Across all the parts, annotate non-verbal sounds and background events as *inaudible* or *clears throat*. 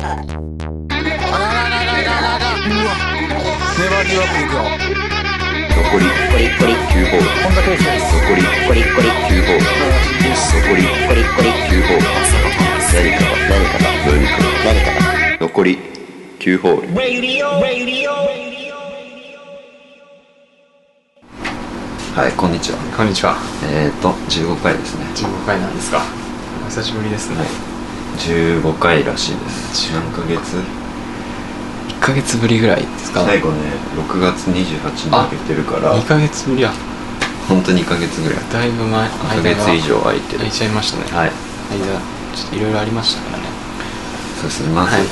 あらららららららうわ粘りよくいくよ残りコリコリ9ホールこんなペースです残りコリコリ9ホール残りコリコリ9ホール何かが何かが何かが何かが残り9ホールはいこんにちはこんにちはえっ、ー、と15回ですね15回なんですかお久しぶりですね、はい15回らしいです何ヶ月一1ヶ月ぶりぐらいですか、最後ね6月28日にあ開けてるから2ヶ月ぶりや本当に2ヶ月ぐらいだいぶ前1ヶ月以上空いてる空いちゃいましたねはい間ちょっといろいろありましたからねそうですねまず、はい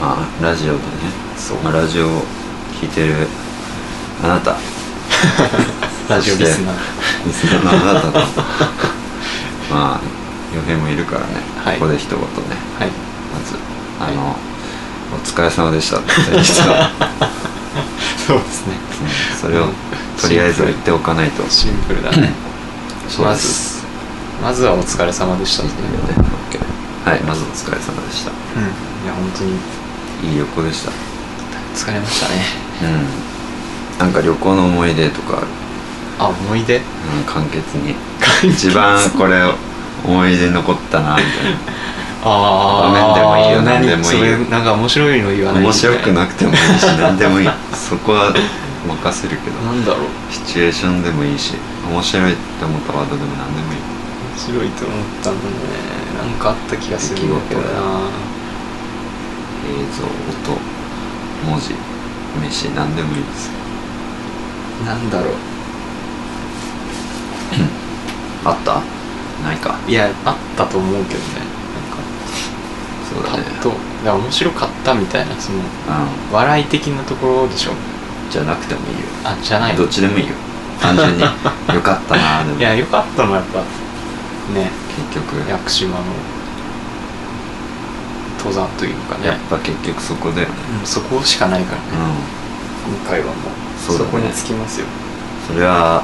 まあラジオでねそうまあ、ラジオを聞いてるあなたラジオリスナーリスナーのあなたとまあ洋平もいるからね、はいここで一言ねはいまずあはいの、お疲れ様でした」って実 *laughs* はそうですねそれをとりあえずは言っておかないとシンプルだねそうまでずまずはお疲れ様でしたねはいまずお疲れ様でしたうんいや本当にいい旅行でした疲れましたねうんなんか旅行の思い出とかある、あ思い出うん、簡潔に一番これ思い出残ったなみああ画面でもいいよ何でもいいよそれなんか面白いの言たいわなない面白くいなくてもいいし何でもいいそこは任せるけどなんだろうシチュエーションでもいいし面白いって思ったワードでも何でもいい面白いと思ったのねなんかあった気がするんだけど出来な映像音文字飯何でもいいですなんだろうあったないかいやあったと思うけどねそうなんだかパねッと、いや面白かったみたいなそのう笑い的なところでしょんじゃなくてもいいよあじゃないどっいちでもいいよ単 *laughs* 純によかったなでもや良かったのはやっぱね結局屋久島の登山というかねやっぱ結局そこだよねうんそこしかないからね、う今回はもうそうだねこに尽きますよ、んそれは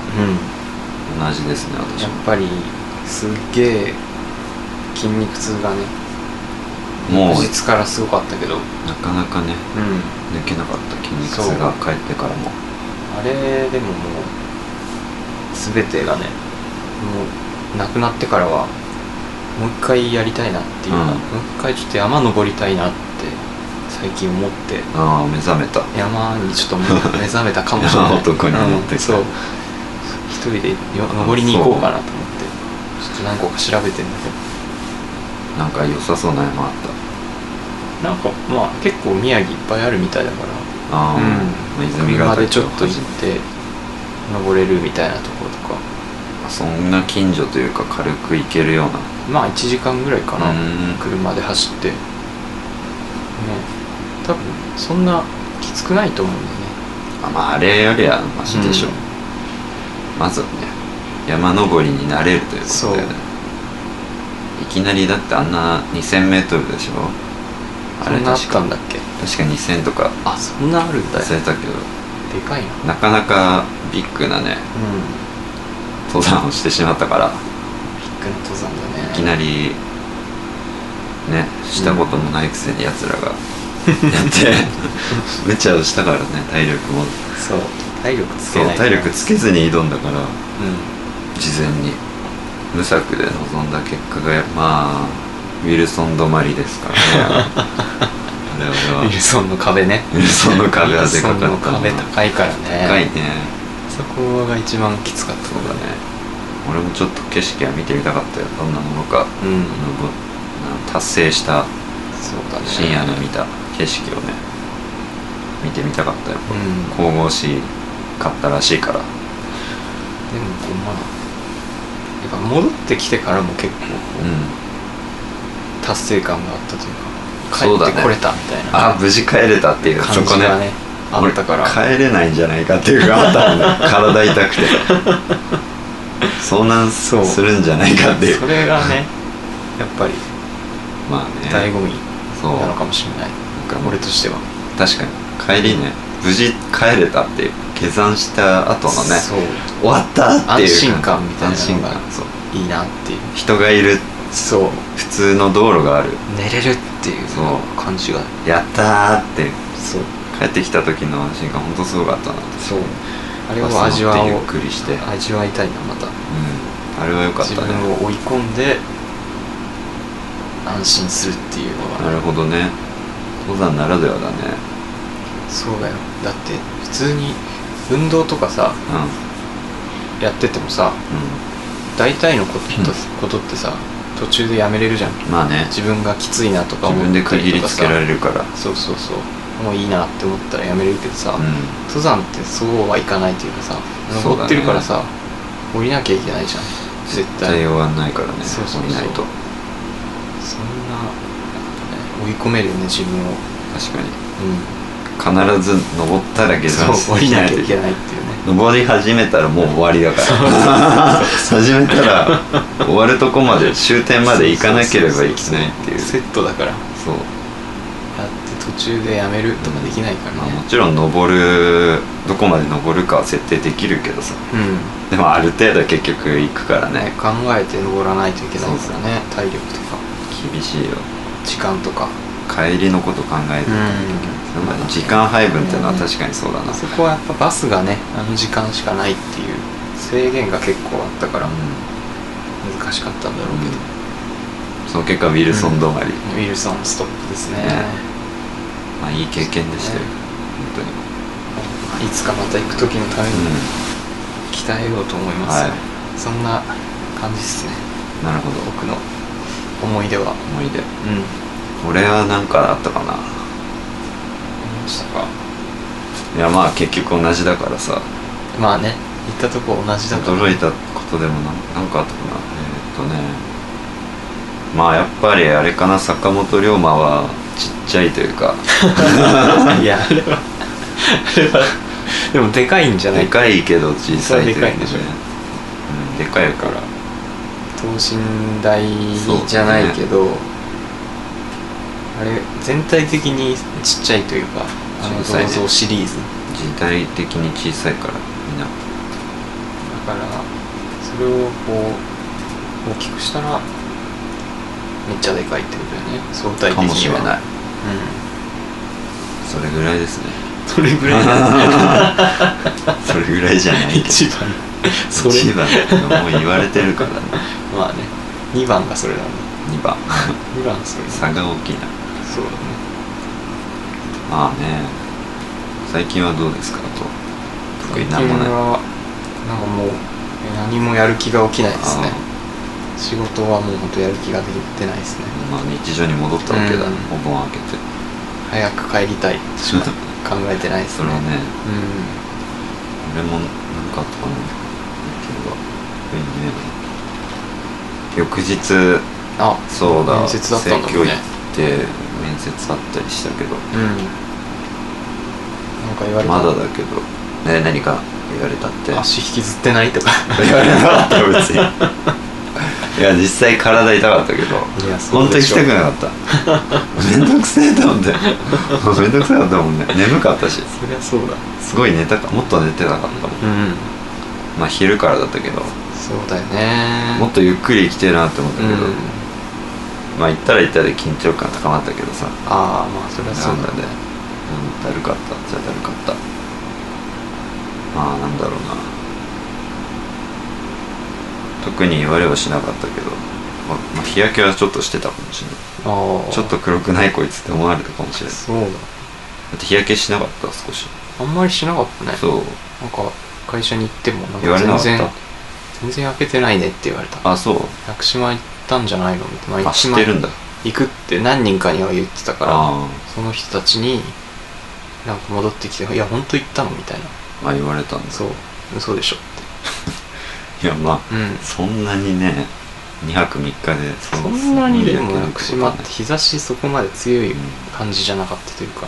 うん、同じですね私やもっぱりすっげえ筋肉痛がねもう翌日からすごかったけど、うん、なかなかね抜けなかった筋肉そ痛うが帰ってからもあれでももう全てがねもうなくなってからはもう一回やりたいなっていうか、うんもう一回ちょっと山登りたいなって最近思ってああ目覚めた山にちょっともう目覚めたかもしれない山 *laughs* 男になってきたうんそう一人でよ登りに行こうかなと思ってちょっと何個か調べてんだけどなんか良さそうな山あっなんかまあ結構宮城いっぱいあるみたいだからたああ、うんまあ泉ヶ車岳でちょっと行っ初めてて登れるみたいなところとかそんな近所というか軽く行けるようなまあ1時間ぐらいかなうん車で走ってね多分そんなきつくないと思うんだよねあまああれよりはマシでしょ、うんまずはね山登りに慣れるということだよねいきなりだってあんな 2000m でしょあそれんなあっ確たかんだっけ確か2000とかあそんなあるんだよ忘れたけどでかいななかなかビッグなねうん登山をしてしまったからビッグな登山だねいきなりねしたこともないくせにやつらがやって無茶をしたからね体力もそう体力つそけうないと体力つけずに挑んだからう事前に無策で臨んだ結果がまあウィルソン止まりですからねあれんウはィルソンの壁ねウィルソンの壁はでかかったなウィルソンの壁高いからね高いねそこが一番きつかったとそうこだろね俺もちょっと景色は見てみたかったよどんなものか、うん登達成したそうだね深夜の見た景色をね見てみたかったよ、うん神々しかったらしいからでもこうまあやっぱ戻ってきてからも結構こううん達成感があったというそうかだ帰ねってこれたみたいあな無事帰れたっていうそ感こじがねねあったから俺帰れないんじゃないかっていうかあったもんね体痛くて遭難そうするんじゃないかっていうそれがねやっぱりまあね醍醐味そうなのかもしれないなんか俺としては確かに帰りね無事帰れたっていう下山した後のねそう終わったっていう安心感みたいなのが安心感そういいなっていう人がいるそう普通の道路がある寝れるっていうそう感じがやったーってそう帰ってきた時の安心感ほんとすごかったなそうああれを味わおゆっうくりして、うん、味わいたいなまたあれは良かっ自た分ねを追い込んで安心するっていうのなはるほどね登山ならではだねそうだよだって普通に運動とかさやっててもさう大体のこととことってさ途中でやめれるじゃんんうんまあね自分がきついなとか自分思っでた区切りりとかつさけられるからそうそうそうもういいなって思ったらやめれるけどうさ、登山ってそうはいかないっていうかさそうだね登ってるからさ、降りなきゃいけないじゃんん絶絶対終対わんないからねそうそうそう見ないとそんな、ね追い込めるよね自分を確かにう必ず登ったら下ん山そう降りなきゃいけいないっていうね登り始めたらもう終わりだから *laughs* 始めたら終わるとこまで終点まで行かなければいけないっていうそセットだからやうって途中でやめるとかできないからまあもねちろん登るどこまで登るかは設定できるけどさうでんもある程度結局行くからね考えて登らないといけないからね体力とか厳しいよ時間とか帰りのこと考えて、それまで時間配分ってのは確かにそうだな、あそこはやっぱバスがねあの時間しかないっていう制限が結構あったからう難しかったんだろうけど、んその結果ウィルソン止まり、ウィルソンストップですねねまあいい経験でしたよ、ね本当にいつかまた行く時のためにうん鍛えようと思います、はいそんな感じですねなるほど僕の思い出は思い出うん思い俺は何かあったかなましたかいやまあ結局同じだからさまあね行ったとこ同じだから驚いたことでもなんなんかあったかなえーっとねまあやっぱりあれかな坂本龍馬はちっちゃいというか *laughs* いやあれ *laughs* はあれはでもでかいんじゃなでいかかいけど小さいというそれはでかいんでしょうん、でかいから等身大じゃないけど、あれ全体的にちっちゃいというかあの小さい銅ね像シリーズ時代的に小さいからみんなだからそれをこう大きくしたらめっちゃでかいってことだよね相対的にはかもしれないうんそれぐらいです *laughs* ねそれぐらいだねそれぐらいじゃないけど *laughs* 一番それ一番もう言われてるからね *laughs* まあね2番がそれだね2番 *laughs* 2番それだね差が大きいなそうだねまあね最近はどうですかと特になんもない最近はなんかもうえ何もやる気が起きないですねあ仕事はもうほんとやる気が出ないですねーまあ日常に戻ったわけだ、うんお盆明けて早く帰りたいしか考えてないですそねれはねうん俺もなんかあったかな今日は翌日あそうだ面接だったんだもん行ねって面接あったりしたけどうんなんか言われたまだだけどね何か言われたって足引きずってないとか言われなかった別に *laughs* いや実際体痛かったけどいや本当でにし来ょたくなかっためんどくせえと思ってもうめんどくさかったもんね眠かったしそりゃそうだすごい寝たかもっと寝てなかったもんうんまあ昼からだったけどそうだよねもっとゆっくり来てるなって思ったうけど、んまあ行ったら行ったで緊張感高まったけどさああまあそりゃそうだなんだねねうんだるかったじゃだるかったまあなんだろうな特に言われはしなかったけど、まあまあ、日焼けはちょっとしてたかもしれないああちょっと黒くないこいつって思われたかもしれないそうだだって日焼けしなかった少しあんまりしなかったねそうなんか会社に行ってもなん言われなかか全った然全然開けてないねって言われたあそう屋久島行ったんじゃないのみたいなまああ知ってるんだ行くって何人かには言ってたからあその人たちになんか戻ってきて「いや本当行ったの?」みたいなあまあ言われたん「ですそう嘘でしょ」っいやまてうんあそんなにね2泊3日でそそんなにでもな屋久島って日差しそこまで強いうん感じじゃなかったというか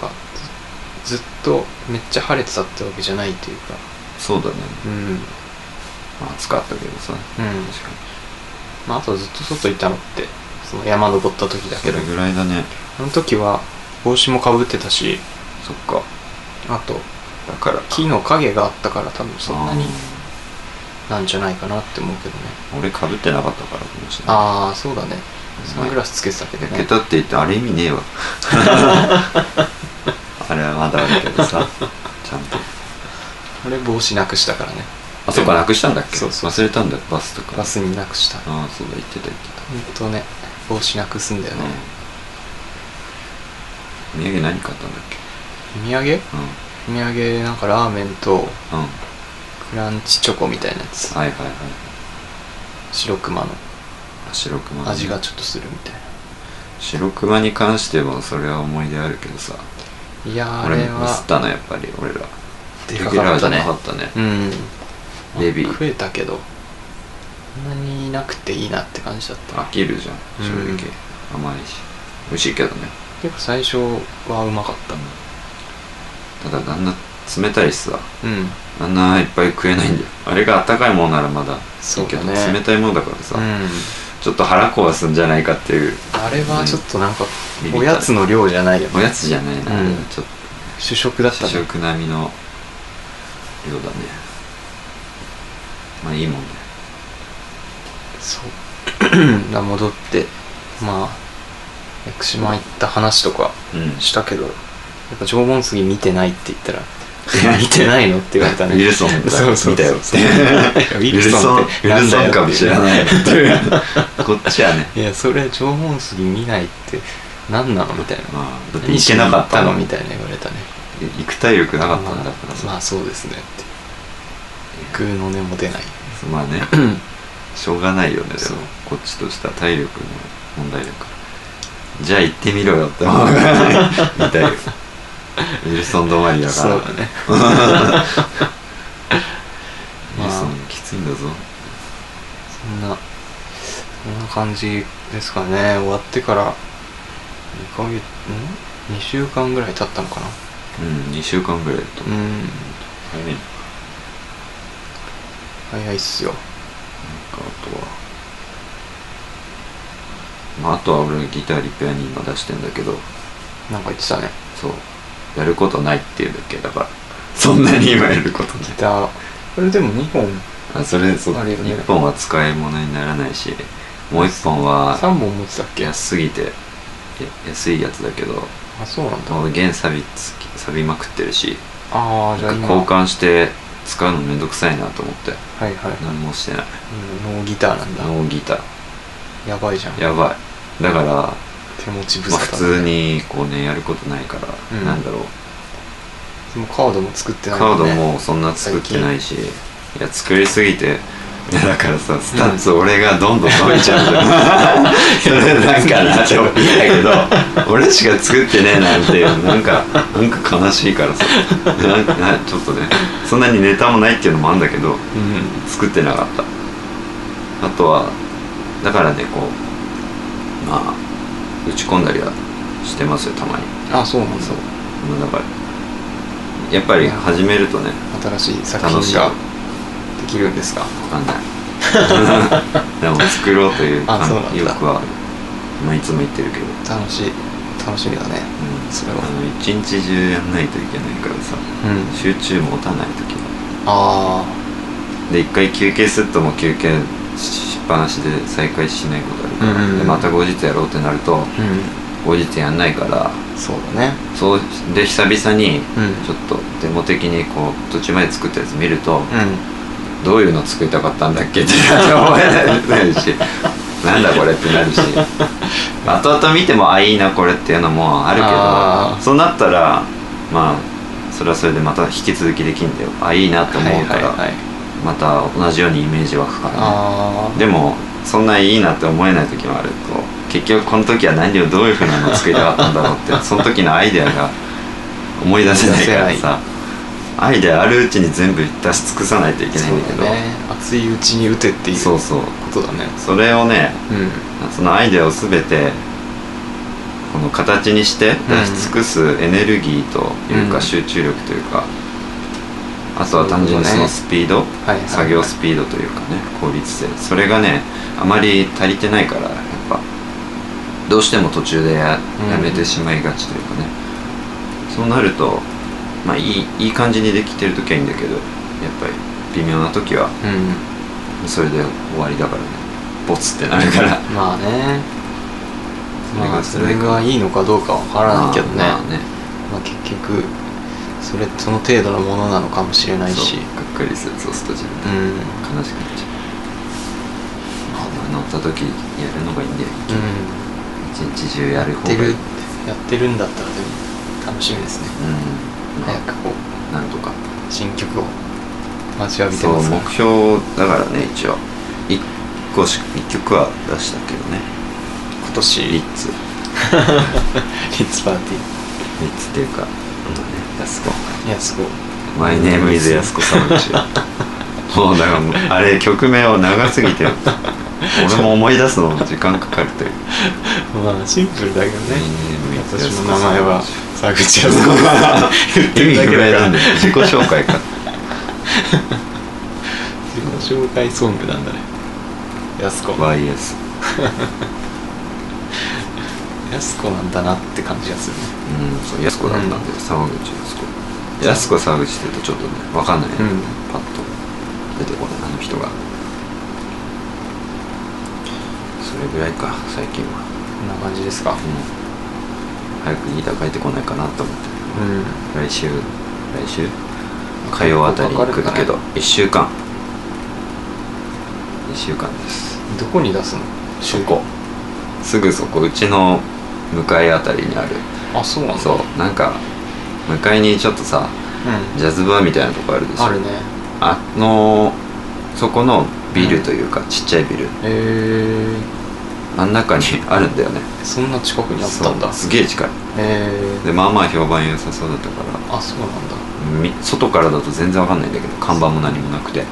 なんかずずっとめっちゃ晴れてたってわけじゃないというかそうだね、うんまあ、暑かったけどさうん確かにまあ、あとずっと外いたのってその山登った時だけそどれぐらいだねあの時は帽子もかぶってたしそっかあとだから木の影があったから多分そんなにあなんじゃないかなって思うけどね俺かぶってなかったからかもしれないああそうだねサングラスつけてたけど焼けねたって言ってあれ意味ね *laughs* えわあれはまだあるけどさちゃんとあれ帽子なくしたからねあそっかなくしたんだっけそうそう忘れたんだよバスとかバスになくしたほんああそうだ言ってた言ってとね帽子なくすんだよた、ね、うん、お土産何買ったんだっけお土産うんお土産なんかラーメンとうんクランチチョコみたいなやつはいはいはい白熊の白熊、ね、味がちょっとするみたいな白熊に関してはそれは思い出あるけどさいやーあ俺れミスっはたなやっぱり俺らでレギかュかラっーじたゃなねかったねうんベビー食えたけどそんなにいなくていいなって感じだった飽きるじゃん正直、うん甘いし美味しいけどね結構最初はうまかったただあんな冷たいしさうんあんないっぱい食えないんだよあれがあったかいものならまだいいけど、そうだね冷たいものだからさ、うんちょっと腹壊すんじゃないかっていうあれはちょっとなんかビビったおやつの量じゃないよおねやつじゃないな、うんちょっ主食だとった主ね食並みの量だねまあいいもんねそう *clears throat* が戻ってまあ屋久島行った話とかうんしたけどやっぱ縄文杉見てないって言 *laughs* ったら「いや見てないの?」って言われたねウィルソンだそうそう見たよそういやウィルソンってウィルソンなんだよかもしれないっていう *laughs* こっちはねいやそれ縄文杉見ないって何なのみたいなまあだって何行しけにな行かっったたののみみたいたいな言われたねな行く体力なかったんだからまあまさあそうですねってグーの根も出ないまあ *clears throat* ねしょうがないよねでそうもこっちとしたら体力の問題だからじゃあ行ってみろよって思う *laughs* からね見たいよウィルソン止まりだかそらうだ *laughs* ねウィルソンきついんだぞそんなそんな感じですかね終わってから2ヶ月ん2週間ぐらい経ったのかなうん2週間ぐらいだとう思うん早いねなん早いっすよかあとはまああとは俺ギターリペアに今出してんだけどなんか言ってたねそうやることないっていうだけだからそんなに今やることないギターこれでも2本あそれそうあれよね1本は使い物にならないしもう1本は3本持ってたっけ安すぎてや安いやつだけどあそうなんだもう弦錆びつき錆びまくってるしああじゃあ交今換して使うのめんどくさいなと思ってはいはい、何もしてないうんノーギターなんだノーギタやばいじゃんーやばいだから、ま手持ち無あ、沙汰普通にこうねやることないから、うんなんだろうもうカードも作ってないカードねもそんな作ってないしいや作りすぎていやだからさスタッツ俺がどんどん伸びちゃうじゃんそれなんかなって思うんだけど俺しか作ってねえなんていうなんかなんか悲しいからさなんかなちょっとねそんなにネタもないっていうのもあるんだけどうん作ってなかったあとはだからねこうまあ打ち込んだりはしてますよたまにあそうなんだそうだからやっぱり始めるとね新しい作楽しい品ができるんですかわかんない *laughs* でも作ろうというあそうなんだ欲はまあいつも言ってるけど、うん、楽しい楽しみだねそれはあの一日中やんないといけないからさうん集中持たない時はあで一回休憩するともう休憩ししっぱなしで再開しないことあるから、うんうんうんでまた後日やろうってなるとあうん後日やんないからそうだねそうで久々にうんちょっとデモ的にこう途中まで作ったやつ見ると、うどういうの作りたかったんだっけって *laughs* 思えないしなんだこれってな *laughs* るし後々見てもあいいなこれっていうのもあるあけーどそうなったらまあそれはそれでまた引き続きできんだよあいいなとん思うから、はいはいはいまた同じようにイメージ湧くから、ね、あでもそんないいなって思えない時もあると結局この時は何をどういうふうなの作りたかったんだろうっ *laughs* てその時のアイデアが思い出せないからさアイデアあるうちに全部出し尽くさないといあけないそんうだけどだね熱いうちに打てっていうそこうそうとだねそれをねうんそのアイデアを全てこの形にして出し尽くすエネルギーといううかん集中力というか、あとは単純にそうそいうことのねスピード、はいはい作業スピードというかね効率性それがねあまり足りてないからやっぱどうしても途中でやうんやめてしまいがちというかね、そうなるとまあいいいい感じにできてる時はいいんだけどやっぱり微妙な時はうんそれで終わりだからねボツってなるからまあねそれまあがそそれれががいいのかどうかわからないけどね,、まあまあ、ね結局それその程度のものなのかもしれないそしうがっかりするそうすると自分うでん悲しくなっちゃう、乗った時やるのがいいんだようん一日中やるやっ方がいているうんやってるんだったらでも楽しみですねま早くこうあなんとか新曲を待ちわびてそうますから目標だからね一応一個し一曲は出したけどね今年リッツリッツパーティリッツっていうかほんとね安子ーいやすごいマイネームイズ安子さん *laughs* でしもうだからもうあれ曲名を長すぎて俺も思い出すのも時間かかるというまあシンプルだけどねうん私の名前は沢口康子言って *laughs* 意る味だ不けだ明からなんで自己紹介か自己紹介ソングなんだねやすこ YS やすこなんだなって感じがするねうんそう安子だったんで、沢口安子安子沢口って言うとちょっとね分かんないね、うんパッと出てこないあの人がそれぐらいか最近は、こんな感じですかうん早くギター帰ってこないかなと思ってうん来週来週火曜あたりに来るかかけるかどな1週間1週間ですどこに出すのそこすぐそこうちの向かいあたりにあるあそうなんだそうなんか向かいにちょっとさうんジャズバーみたいなとこあるでしょあるねあのそこのビルというか、ちっちゃいビルえ真ん中にあるんだよねー、そんな近くにあったんそうだすげえ近いえでまあまあ評判良さそうだったからー、あそうなんだみ外からだと全然わかんないんだけど看板も何もなくて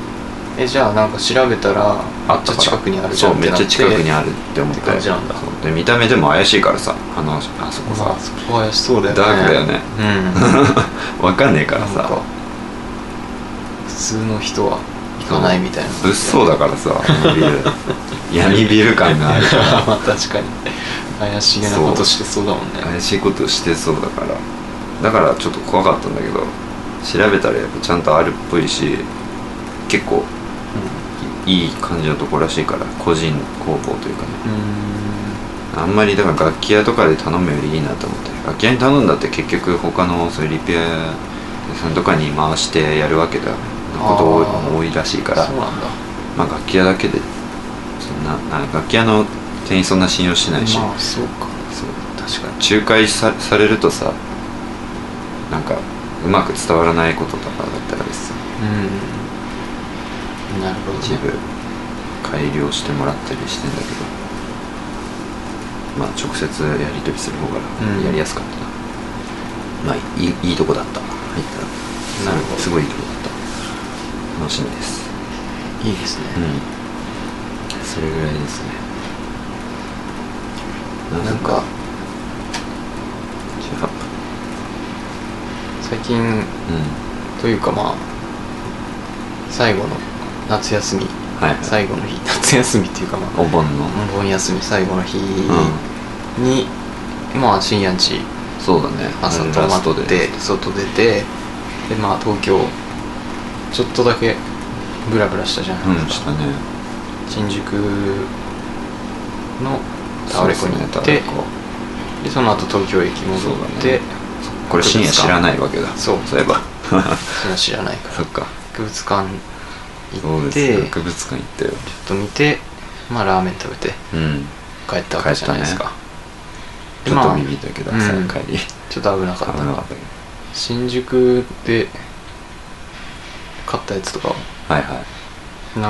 えじゃあなんか調べたらめあっっちたゃから近くにあるじゃんそうめっちゃ近くにあるって思っってて感じなんだそうで見た目でも怪しいからさあのあそこまさあ、そこは怪しそうだよねダークだよねうん *laughs* わかんねえからなんかさ普通の人は行かないみたいな物騒だからさあのビル闇ビル感があるから *laughs* まあ確かに怪しげなことしてそうだもんね怪しいことしてそうだからだからちょっと怖かったんだけど調べたらやっぱちゃんとあるっぽいし結構いい感じのとこらしいから個人工房というかねうんあんまりだから楽器屋とかで頼むよりいいなと思って楽器屋に頼んだって結局他のそういうリペア屋さんとかに回してやるわけだのことが多いらしいからそうなんだまあ楽器屋だけでそんなあ楽器屋の店員そんな信用しないし、まあそうかそう確かに仲介さされるとさなんかうまく伝わらないこととかだったらですうんなるほど、ね、一部改良してもらったりしてんだけどまあ直接やり取りする方うがんやりやすかったな、まあいいいいとこだった入ったらなるほどすごいいいとこだった楽しみですいいですね、うんそれぐらいですねなんか18最近分というかまあ最後の夏休みうんはい、はい、最後の日夏休みっていうかまあお盆のお盆休み最後の日うに、まあ深夜地んそうだね朝うん泊ラストまっでて外出てでまあ東京ちょっとだけブラブラしたじゃうないんですしか、たね新宿のタワレコに行っそうてですねそ,、タワレコでその後東京駅戻ってそうだねこれ深夜知らないわけだそうそういえばそれは知らないか *laughs* らそっか博物館そう行っでてすちょ博物館行ったよっと見てまあラーメン食べてうん帰ったわけじゃないですか、ちょっと耳だけどまあ朝うん帰りちょっと危なかった危なかったけ新宿で買ったやつとかをどはいはい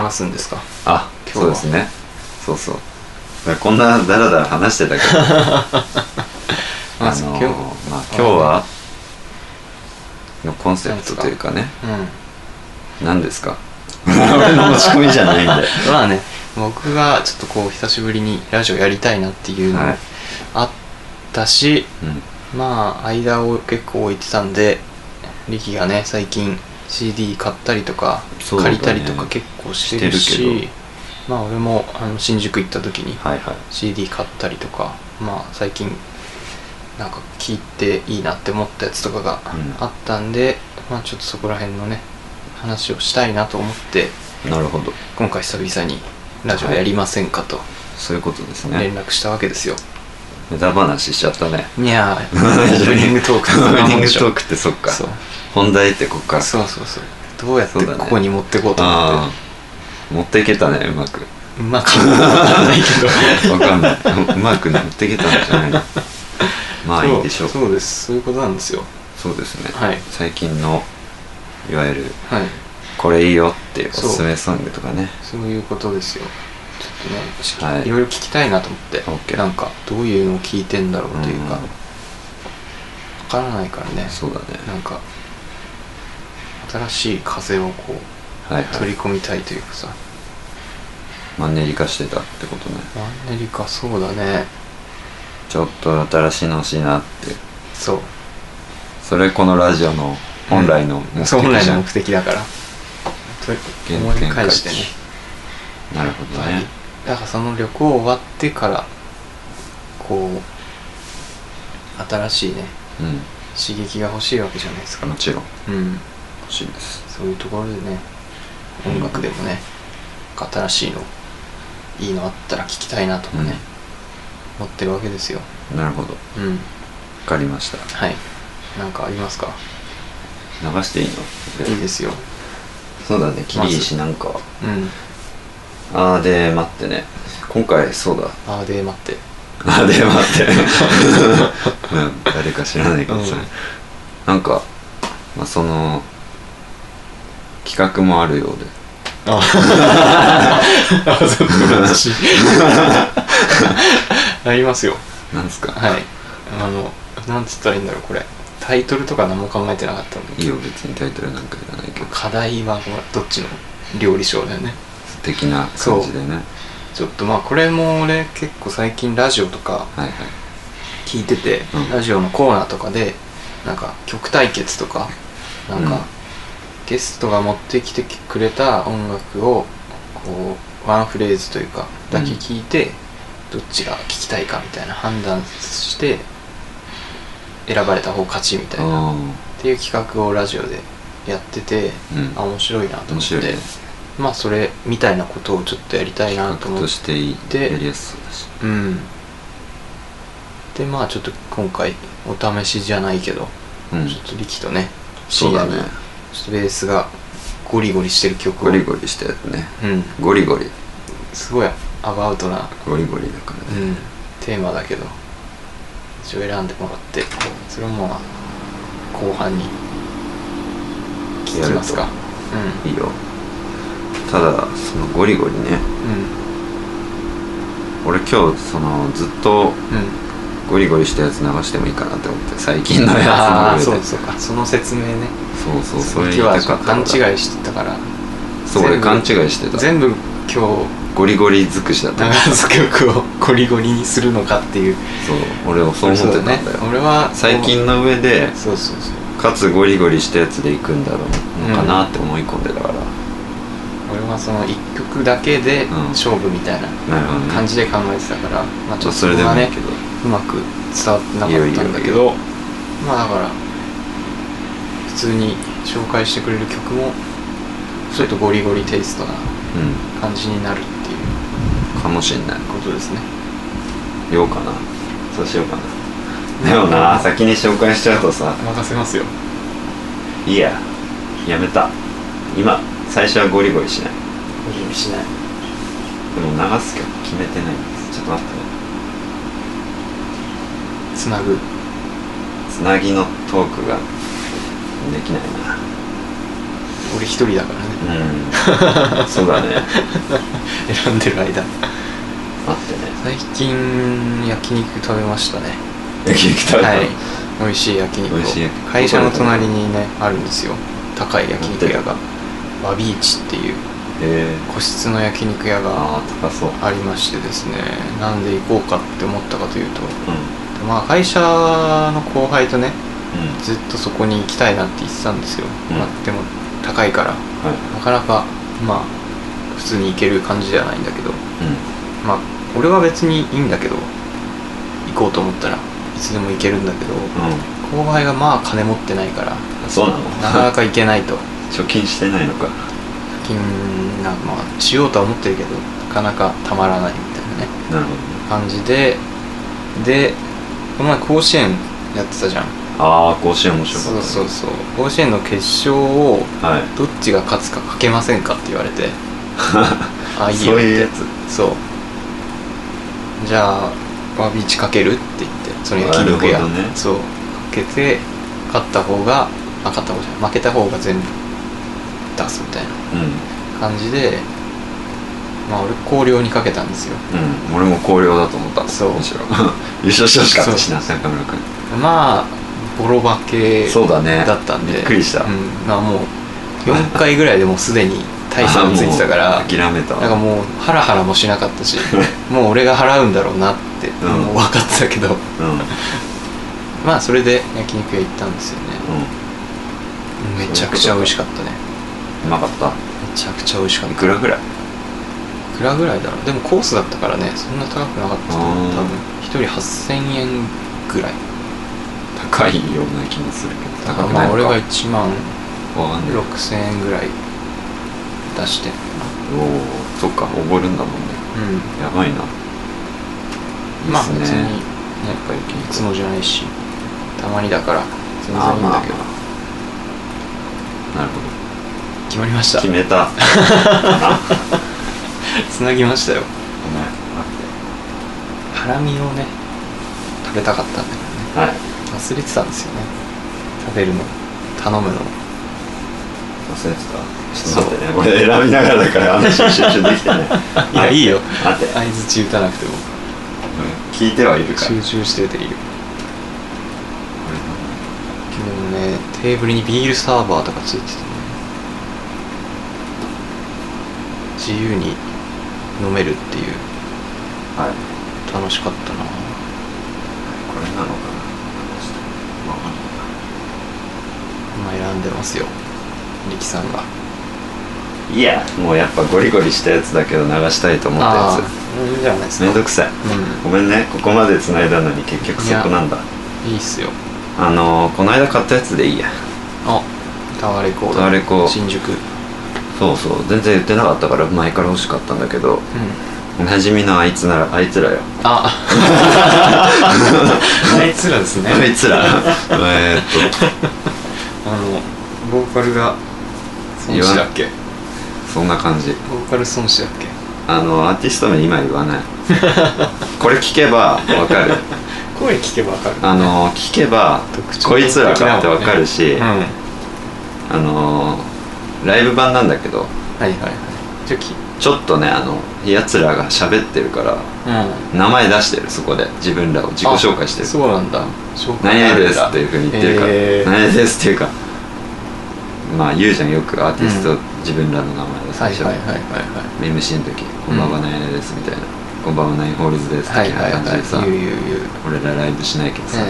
流すんですかあ今日はそうですねそうそうだからこんなダラダラ話してたけどあのー今日まあ今日はのコンセプトというかねうん何ですか俺の持ち込みじゃ *laughs* ないんでまあね僕がちょっとこう久しぶりにラジオやりたいなっていうのもはいあったし、うんまあ間を結構置いてたんでリキがね最近 CD 買ったりとか、そうだ借ねりたりとか結構してるししてるけどまあ俺もあの新宿行った時にはいはい CD 買ったりとかまあ最近なんか聞いていいなって思ったやつとかがうんあったんで、まあちょっとそこら辺のね話をしたいなと思ってなるほど今回久々にラジオやりませんかとそういうことですね連絡したわけですよ、無駄話しちゃったねい、やーオープニングトークオープニングトーククってそっかそう本題ってこっからそうそうそうどうやってそうだねここに持ってこうと思っああ持っていけたねうまくてうまくわかんないけ *laughs* どわかん *laughs* ないうまく持っていけたんじゃないのまあいいでしょうそうそうですそういうことなんですよそうですね、はい最近のいわゆるはいこれいいよっていうおすすめソングとかねそういうことですよちょっとねしはいいろいろ聞きたいなと思って、 OK なんかどういうのを聞いてんだろうというかうわんからないからねそうだねなんか新しい風をこうはいは取いり込みたいというかさマンネリ化してたってことねマンネリかそうだねちょっと新しいの欲しいなってそうそれこのラジオの本来の目的そう本来じゃのん目的だからと原思い点返回してね帰なるほどはいねだからその旅行終わってからこう新しいねう刺激が欲しいわけじゃないですかんもちろんうん欲しいですそういうところでね音楽でもね新しいのいいのあったら聞きたいなとかね、思ってるわけですよなるほどわうんかりましたはいなんかありますか流していいのいいですよそうだねキリシなんかはうんああで待ってね今回そうだあーで待 *laughs* ってあーで待って *laughs* うん誰か知らないけどさ、うんなんか、まあ、その企画もあるようであーそう私ありますよなんすか、 *laughs* はいあのなんつったらいいんだろうこれタイトルとか何も考えてなかったのいいよ別にタイトルなんかいらないけど課題はほらどっちの料理賞だよね的な感じでねちょっとまあこれも俺結構最近ラジオとかはいはい聞いてて、うんラジオのコーナーとかでなんか曲対決とかなんか、うんゲストが持ってきてくれた音楽をこうワンフレーズというかだけ聞いて、どっちが聞きたいかみたいな判断して選ばれた方勝ちみたいなあっていう企画をラジオでやってて、うんあ面白いあなと思面っ白いて、ねまあそれみたいなことをちょっとやりたいな企と画思とっしていいでやりやすそうだしうんでまあちょっと今回お試しじゃないけど、うんちょっと力とねそうだね深夜にちょっとベースがゴリゴリしてる曲をゴリゴリしたやつねうんゴリゴリすごいアバウトな、ゴリゴリだからうね、ん、テーマだけど一応選んでもらってそれをまあ後半に聞きますかやるいいよただそのゴリゴリねうんうん俺今日そのずっと *laughs* うんゴリゴリしたやつ流してもいいかなって思って最近のあやあつの上そうでそうかその説明ねそうそうそ今れ日言いはたかった勘違いいしてたからそう俺全部勘違いしてた全部今ゴリゴリ尽くしだっ日た流す曲をゴリゴリにするのかっていうそう俺はそう思ってたんだよそうね俺は最近の上でそうそうそうかつゴリゴリしたやつでいくんだろうのかなって思い込んでたから、俺はその1曲だけでん勝負みたいななるほどね感じで考えてたから、まあちちょょっっととそそれれでがもいねいけどうまく伝わってなかったんだけいやいやいやいどまあだから普通に紹介してくれる曲もちょっとゴリゴリテイストなう感じになるっていうんかもしんないことですねようかなそうしようかなでもな先に紹介しちゃうとさ任せますよいいややめた今最初はゴリゴリしない無理にしないでも流す曲決めてないんですちょっと待ってねつなぐつなぎのトークができない俺一人だからねなうんそうだね選んでる待って間ね最近焼肉食べましたね焼肉食べた、はい美味しい焼肉を美味しい焼肉会社の隣にねあるんですよ高い焼肉屋が持っ和ビーチっていうえー、個室の焼肉屋がああ高そうありましてですねなんで行こうかって思ったかというとうんまあ会社の後輩とねうんずっとそこに行きたいなって言ってたんですよ、うんまあでも高いからはいなかなかまあ普通に行ける感じじゃないんだけどうまあ俺は別にいいんだけど行こうと思ったらいつでも行けるんだけど、んうん後輩がまあ金持ってないからそうなのなかなか行けないと貯金してないのか金がまあしようとは思ってるけどなかなかたまらないみたいななねるほどね感じででこの前甲子園やってたじゃんああ甲子園面白かったそねうそうそう甲子園の決勝をはいどっちが勝つかかけませんかって言われ *laughs* てあいいよそういうやつそうじゃあワビーチかけるって言ってその焼肉な屋、るほどねそうかけて勝った方があ勝った方じゃない負けた方が全部出すみたいなうん感じでまあ俺広陵にかけたんですようん俺も高陵だと思ったそうむしろ優勝してほしかったしなそ中村君まあボロ負けそうだねだったんでびっくりしたうん、まあもう4回ぐらいでもうすでに大差がついて *laughs* たかあらーもう諦めたなんかもうハラハラもしなかっ *laughs* たしもう俺が払うんだろうなって、うんもう分かってたけどうんうんまあそれで焼肉屋行ったんですよねめちゃくちゃ美味しかったねうまかっためちゃくちゃ美味しかっいたくらぐらいいくらぐらいだろうでもコースだったからねそんな高くなかったと思うあー多分1人8000円ぐらい高いような気もするけど高くないまあのか俺がわ1万かんない6000円ぐらい出しておおそっかおごるんだもんねうんやばいなまあいいっ別すにねねいつもじゃないしたまにだから全然いいんだけあーまどあまあなるほど決まりました決めたつなぎましたよごめん待ハラミをね食べたかったんだけどねってはい忘れてたんですよね食べるの頼むの忘れてたちょっと待ってね俺選びながらだから話に集中できて *laughs* ないいやいいよ待って相づち打たなくても聞いてはいるから集中して打てるよもうねテーブルにビールサーバーとかついててね自由に飲めるっていうはい楽しかったこなれなのかなわかんな今選んでますよ力さんがいいやもうやっぱゴリゴリしたやつだけど流したいと思ったやあーいいんじゃないですつかめんどくさいごめんねここまで繋いだのに結局そこなんだうんいいっすよあのー、この間買ったやつでいいやあタワレコタワレコ新宿うんそうそう全然言ってなかったから前から欲しかったんだけどおなじみのあいつならあいつらよああいつらですねあい *laughs* つらえーっあのボーカルが孫子だっけとそんな感じボーカル孫子だっけあのアーティスト名今言わ *laughs* ないこれ聞けばわかる声聞けばわかるあの聞けば特徴こいつらかってわかるし、うんはいあのライブ版なんだけどはいはいちょきちょっとねあのやつらが喋ってるからうん名前出してるそこで自分らを自己紹介してるそうなんだ紹何々ですなんだっていうふうに言ってるから、へー何々ですっていうかまあ言うじゃんよくアーティスト、うん自分らの名前をは最い初、はいはいはいはい MC の時「こんばんは何々です」みたいな「こんばんはナインホールズです」はい的はない感じでさ、はい言う言う俺言うらライブしないけどさ、ね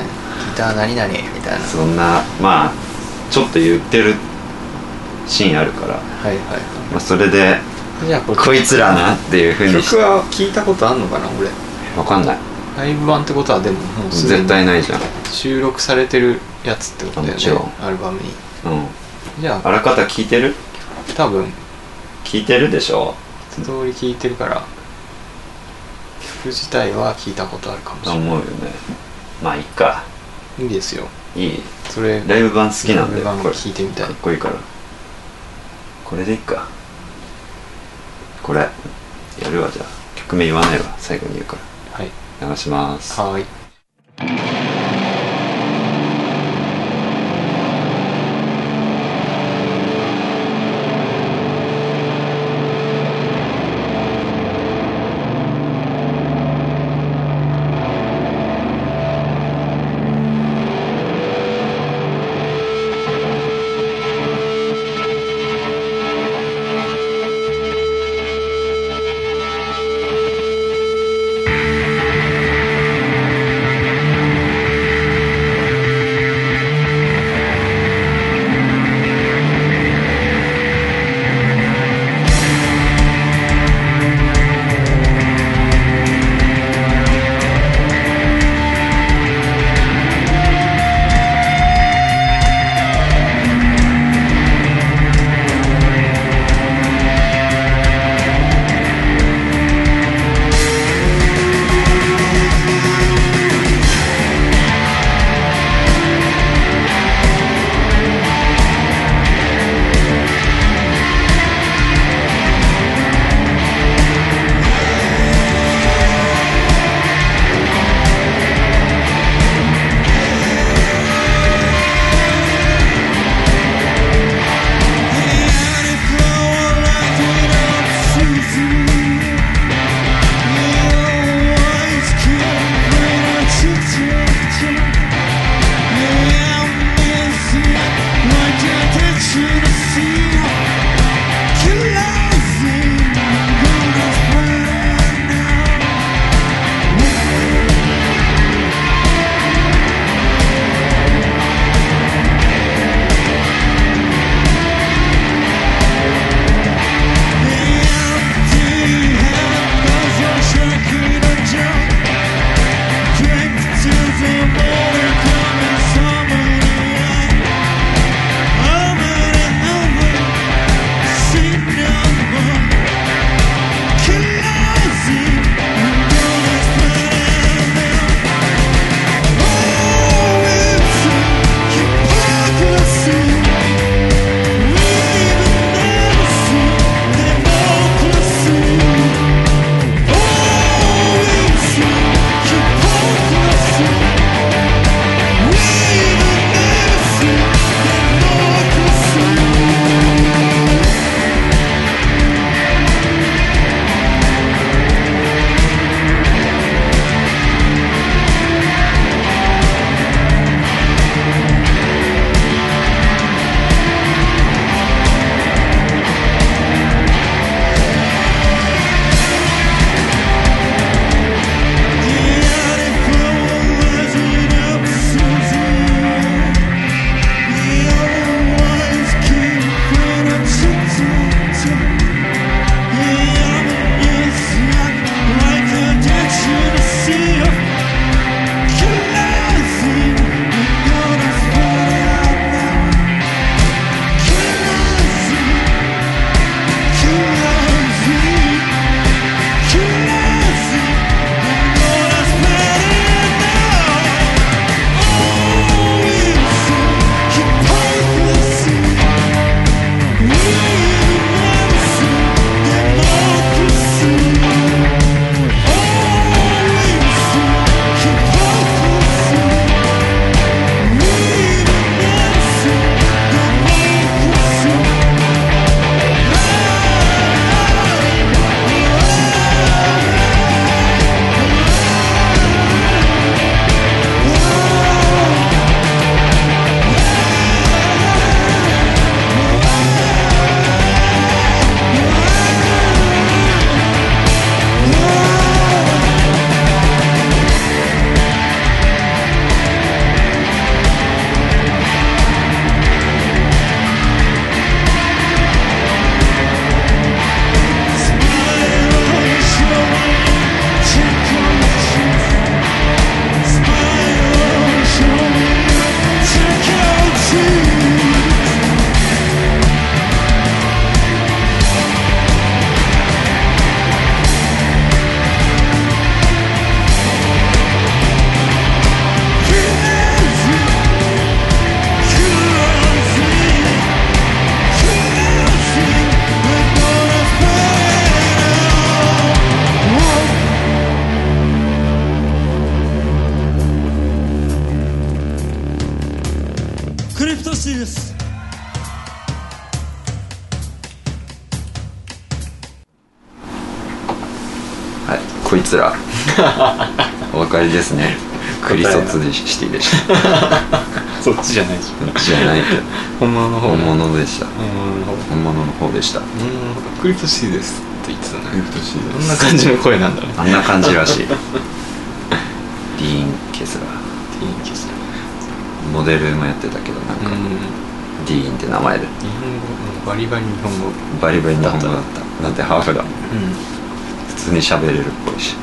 ギター何々みたいなそんなまあちょっと言ってるシーンあるから、はいはいはまあ、それでいじゃあここいつらなっていうふうにし曲は聞いたことあんのかな俺わかんないライブ版ってことはでももうすで絶に対ないじゃん、収録されてるやつってことだよもちろねんアルバムにうん、じゃああらかた聞いてる多分聞いてるでしょ一通り聞いてるから曲自体は聞いたことあるかもしとれな思うよねまあいいかいいいですよいいそれライブ版好きなんだよライブ版これ聞いてみたいかっこいいからこれでいいかこれやるわじゃあ曲名言わないわ最後に言うかはいら流しますはーい「君の声が聞こえる」 exist. はいこいつ *laughs* らお別れですねクリソツでしシティでしたこそっちじゃないでしょっちじゃないけど *laughs* 本物の方本物でした本物の方本物の方でしたうんクリプシーですって言ってたねどどんな感じの声なんだろうねあんな感じらしいディーン・ケスラーいい気がするモデルもやってたけどなんうか、んディーンって名前で日本語うんバリバリ日本語うバリバリ日本語だっただってハーフだもんん普通に喋れるっぽいし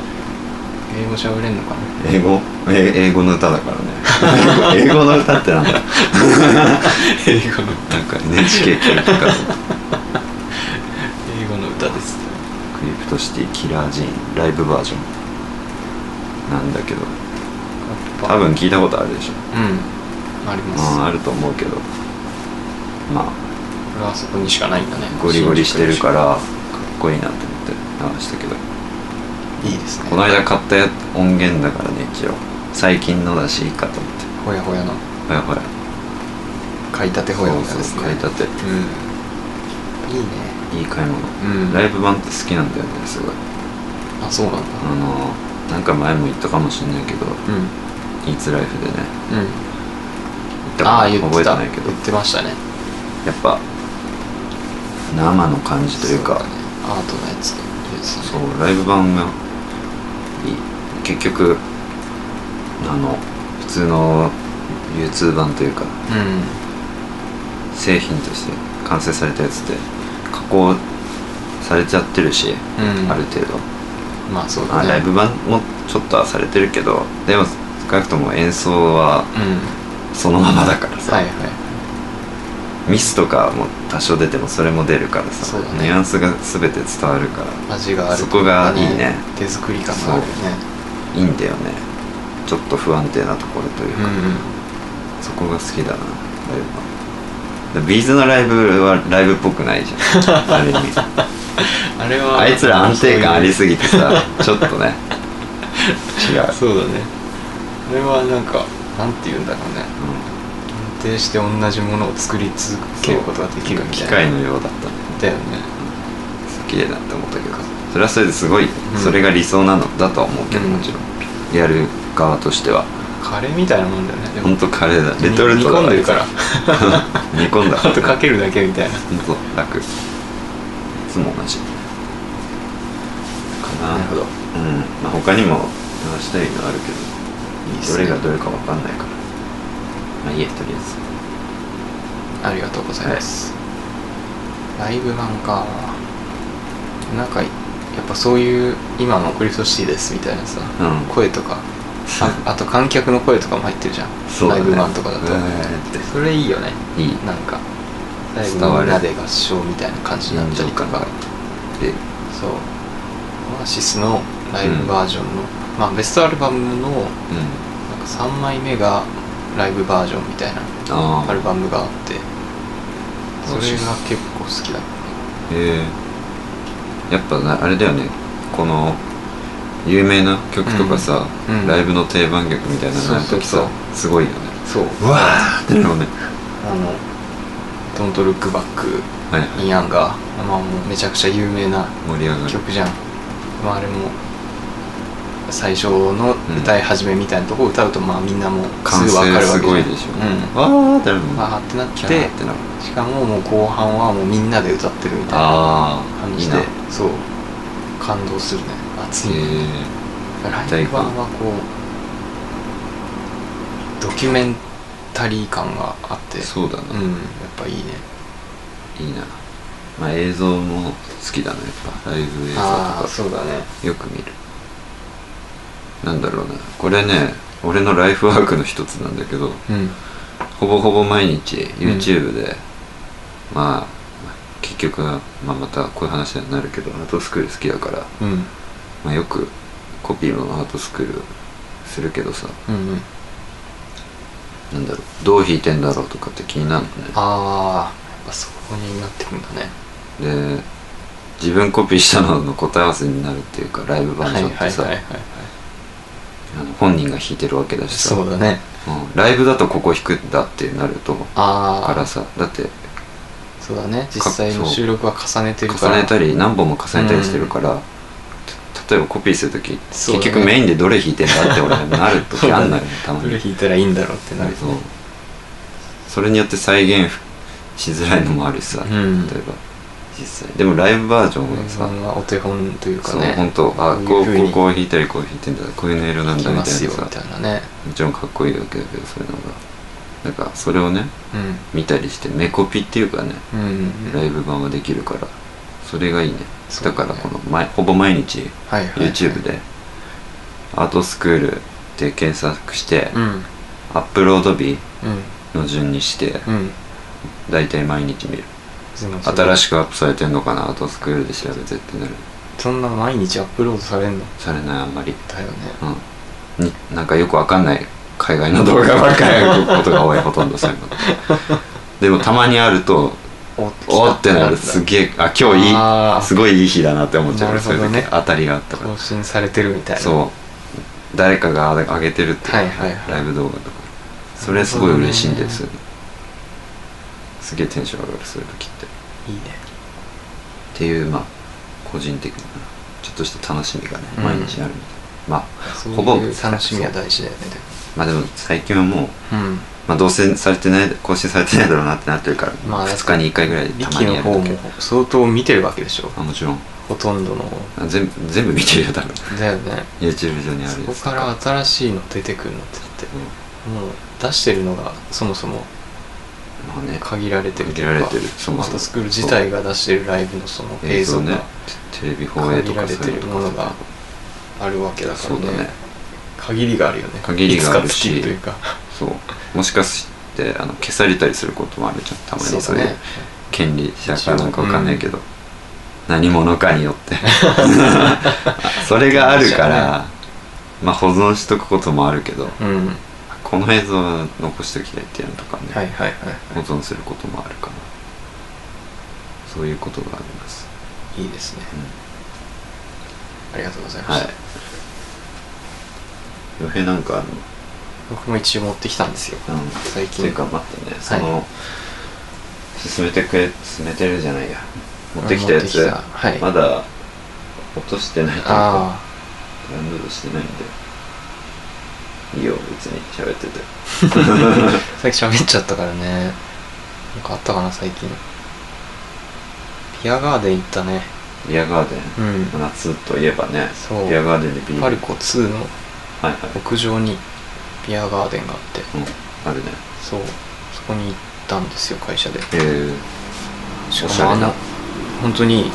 英語喋れんのかな英語え英語の歌だからね *laughs* 英語の歌ってなんだ英語のなんか NHK 教育か英語の歌ですクリプトシティキラージーンライブバージョンなんだけど多分聞いたことあるでしょうんありますまああると思うけどまあこれはあそこにしかないんだねゴリゴリしてるからかっこいいなって思って流したけどいいですねこの間買ったや音源だからね一応最近のだしいいかと思ってほやほやのほやほや買いたてほやほやそうですそう買ねいたてうんいいねいい買い物、うんライブ版って好きなんだよねすごいあそうなんだあのなんか前も言ったかもしれないけどう「んイーツライフでねうん言ったかああ言って覚えてたないけど言ってましたねやっぱ生の感じというかそだねアートのやつ言ってたねそう,、ライブ版がいい結局あの普通の流通版というかうん製品として完成されたやつって加工されちゃってるし、うんある程度、まあそうまだあ、ねライブ版もちょっとはされてるけどでも少なくとも演奏はうんそのままだからさ、はいはいミスとかも多少出てもそれも出るからさ、そうだねニュアンスが全て伝わるから味があるそこがいいね手作り感があるよねいいんだよねちょっと不安定なところといううか、んそこが好きだなライブはビーズのライブはライブっぽくないじゃ *laughs* んある意味あれはあいつら安定感ありすぎてさちょっとね違う、 *laughs* そうだねあれはなんかなんて言うんだろうねう安定して同じものを作り続けることができるん、み機たい械なのようだったねだよね綺麗だって思ったけどそれはそれですごい、んそれが理想なのだとは思うけどうんもちろん、やる側としてはカレーみたいなもんだよねでもほんとカレーだレトルトだ煮込んでるから *laughs* 煮込んだあとかけるだけみたいなほんと楽いつも同じかななるほどうんまあ他にも話したいのあるけいいっどどすれねがどれか分かんないからまあいいやとりあえずありがとうございます、ライブ版かなんかやっぱそういう今のクリプトシティですみたいなさ、うん声とか *laughs* ああと観客の声とかも入ってるじゃん、そうだラねイブ版とかだとうーんってそれいいよねいいなんかライブ伝のわみるんなで合唱みたいな感じになったりと臨場感がかでそうオアシスのライブバージョンの、まあベストアルバムのなんかうん3枚目がライブバージョンみたいなあアあルバムがあってそオアれシスが結構好きだへえやっぱなあれだよねこの有名な曲とかさ、うんうんライブの定番曲みたいなのやるときそうさそうすごいよねそううわーってなるもんねあの「Don't Look Back はいはい in Anger」まあもうめちゃくちゃ有名な盛り上がる曲じゃん、まああれも最初の歌い始めみたいなとこ歌うとまあみんなもうす完ぐ分か成るわすけじゃんごいでしょ、うんわーってなるもんねわーってなっキャてーってなるしかももう後半はもうみんなで歌ってるみたいなああ感いいじなでへそう感動するね熱いねえライブ版はこうドキュメンタリー感があってそうだうな、んやっぱいいねいいなまあ映像も好きだなやっぱライブ映像とああかそうだねよく見るなんだろうなこれね俺のライフワークの一つなんだけどうんほぼほぼ毎日 YouTube で、まあ結局、まあ、またこういう話にはなるけどアートスクール好きだから、うんまあ、よくコピーのアートスクールするけどさうんうんなんだろうどう弾いてんだろうとかって気になるのねああやっぱそこになってくんだねで自分コピーしたのの答え合わせになるっていうかライブバージョンってさ、はいはいはいはいあの本人が弾いてるわけだしさそうだねうんライブだとここ弾くんだってなるとかあらあさだってそうだね実際の収録は重ねてるか重らねたり何本も重ねたりしてるから、た例えばコピーする時、そう結だね局メインでどれ弾いてんだって俺なる時あんのよねたまどにれ弾いたらいいんだろうってなるそうそれによって再現しづらいのもあるしさ、うん例えば実際でもライブバージョンはそさ、んなお手本というかそうね本当あここういうこう風にうこう弾いたりこう弾いてんだこういう音色なんいきだみまたいすなよみさたいなねもちろんかっこいいわけだけどそういうのがなんかそれをねうん見たりしてメコピっていうかねうんうんうんライブ版はできるからそれがいいねそうだだねからこの前ほぼ毎日はいはいはい YouTube でアートスクールで検索して、うんうんアップロード日の順にしてうん大体毎日見る新しくアップされてんのかなアートスクールで調べてってなるそんな毎日アップロードされんのされないあんまりだよねうんになんかよくわかんない海外の動画ばっかり *laughs* 上げることが多いほとんどそういうのでもたまにあるとおおーってなるすすげえあ今日あいーいすごいいい日だなって思っちゃなうるほそうどねいう時当たりがあったから更新されてるみたいなそう誰かが上げてるって、はいはいはいライブ動画とかそれすごい嬉しいんです、すげえテンション上がるそういう時っていいねっていうまあ個人的なちょっとした楽しみがね、うん毎日あるみたいなまあそうほぼいう楽しみは大事だよねまあでも最近はもう、でもうんまあ、どうせされてない更新されてないだろうなってなってるから、まあ2日に1回ぐらいでリたまキにのやる方だけも相当見てるわけでしょあもちろんほとんどのあ全部全部見てるよ多分だよね YouTube 上にあそるやこつとかから新しいの出てくるのってだってうんもう出してるのがそもそもまあね限られてるというか限られてるそもそもアートスクール自体が出してるライブのその映像ねがテレビ放映と限らかれそうていうるともこのがあるわけだからそうだねね限りがあるよね限りがあるしいつか尽きというかそうもしかしてあの消されたりすることもあるじゃんたまにそういう権利者かなんかわかんないけど、何者かによって *laughs* それがあるから、まあ保存しとくこともあるけどうんはいこの映像は残しておきたいっていうのとかね、はいはい保存することもあるかなそういうことがあります、いいですねうんありがとうございまはしいた予平なんかあの僕も一応持ってきたんですようん最ってい近うか待ってねその、進めてくれ進めてるじゃないや持ってきたやつ持ってきたはいまだ落としてないというかあダウンロードしてないんでいいよ別に喋っててあさっき喋っちゃったからねなんかあったかな最近ビアガーデン行ったねビアガーデうんン夏といえばねそうビアガーデンでビールパルコ2のはいはい、屋上にビアガーデンがあってうん、あるねそうそこに行ったんですよ会社でえー、しおしゃれな本当に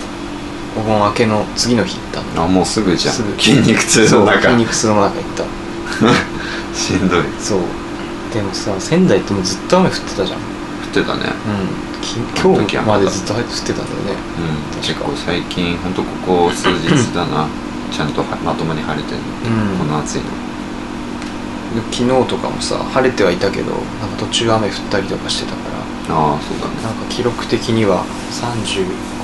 お盆明けの次の日行ったのあもうすぐじゃんすぐ筋肉痛のそう中筋肉痛の中行ったしんどい降そうでもさ仙台ってもうずっと雨降ってたじゃんうんってたねきあの時今日までずっと降ってたんだよねうん結構最近ほんとここ数日だなちゃんとはまともに晴れてるの、うんこの暑いので昨日とかもさ晴れてはいたけどなんか途中雨降ったりとかしてたからああそうだねなんか記録的には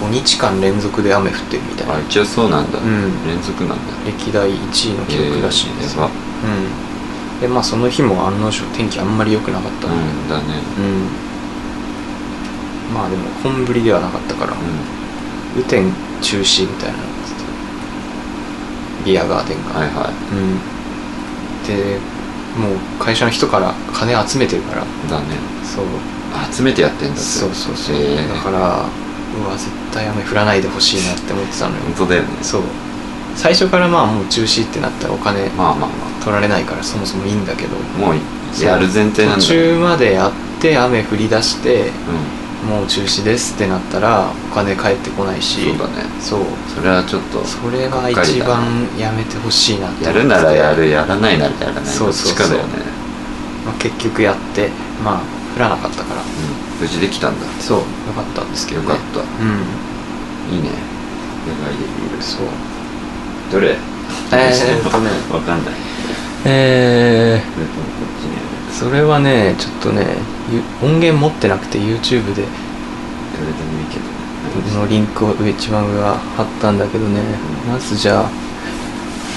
35日間連続で雨降ってるみたいなあ一応そうなんだ、うん連続なんだ歴代1位の記録らしいですえーやばうんでまあその日も案の定天気あんまり良くなかったのでうんだねうんまあでも本降りではなかったから、う雨天中止みたいなのがつってビアガーデンんが、はいはうんでもう会社の人から金集めてるからいだねそうあ集めてやってんだってそうそうそう、へーだからうわ絶対雨降らないでほしいなって思ってたのよ本当だよねそう最初からまあもう中止ってなったらお金まあまあま取られないからそもそもいいんだけどあもういそうやる前提なん途だうん中までやって雨降り出してもう中止ですってなったらお金返ってこないしそうだねそうそれはちょっとそれが一番やめてほしいなってや思ってるならやるやらないならやらないそうそうそうどっちかだよね、まあ結局やってまあ降らなかったからうん、無事できたんだそうよかったんですけどよねかった、うんいいね野外でビールそうどれえーっとねわかんないえこれともこっちにあー、それはねちょっとねゆ音源持ってなくて YouTube でるどれでもいいけどのリンクを上一番上は貼ったんだけどねまずじゃあ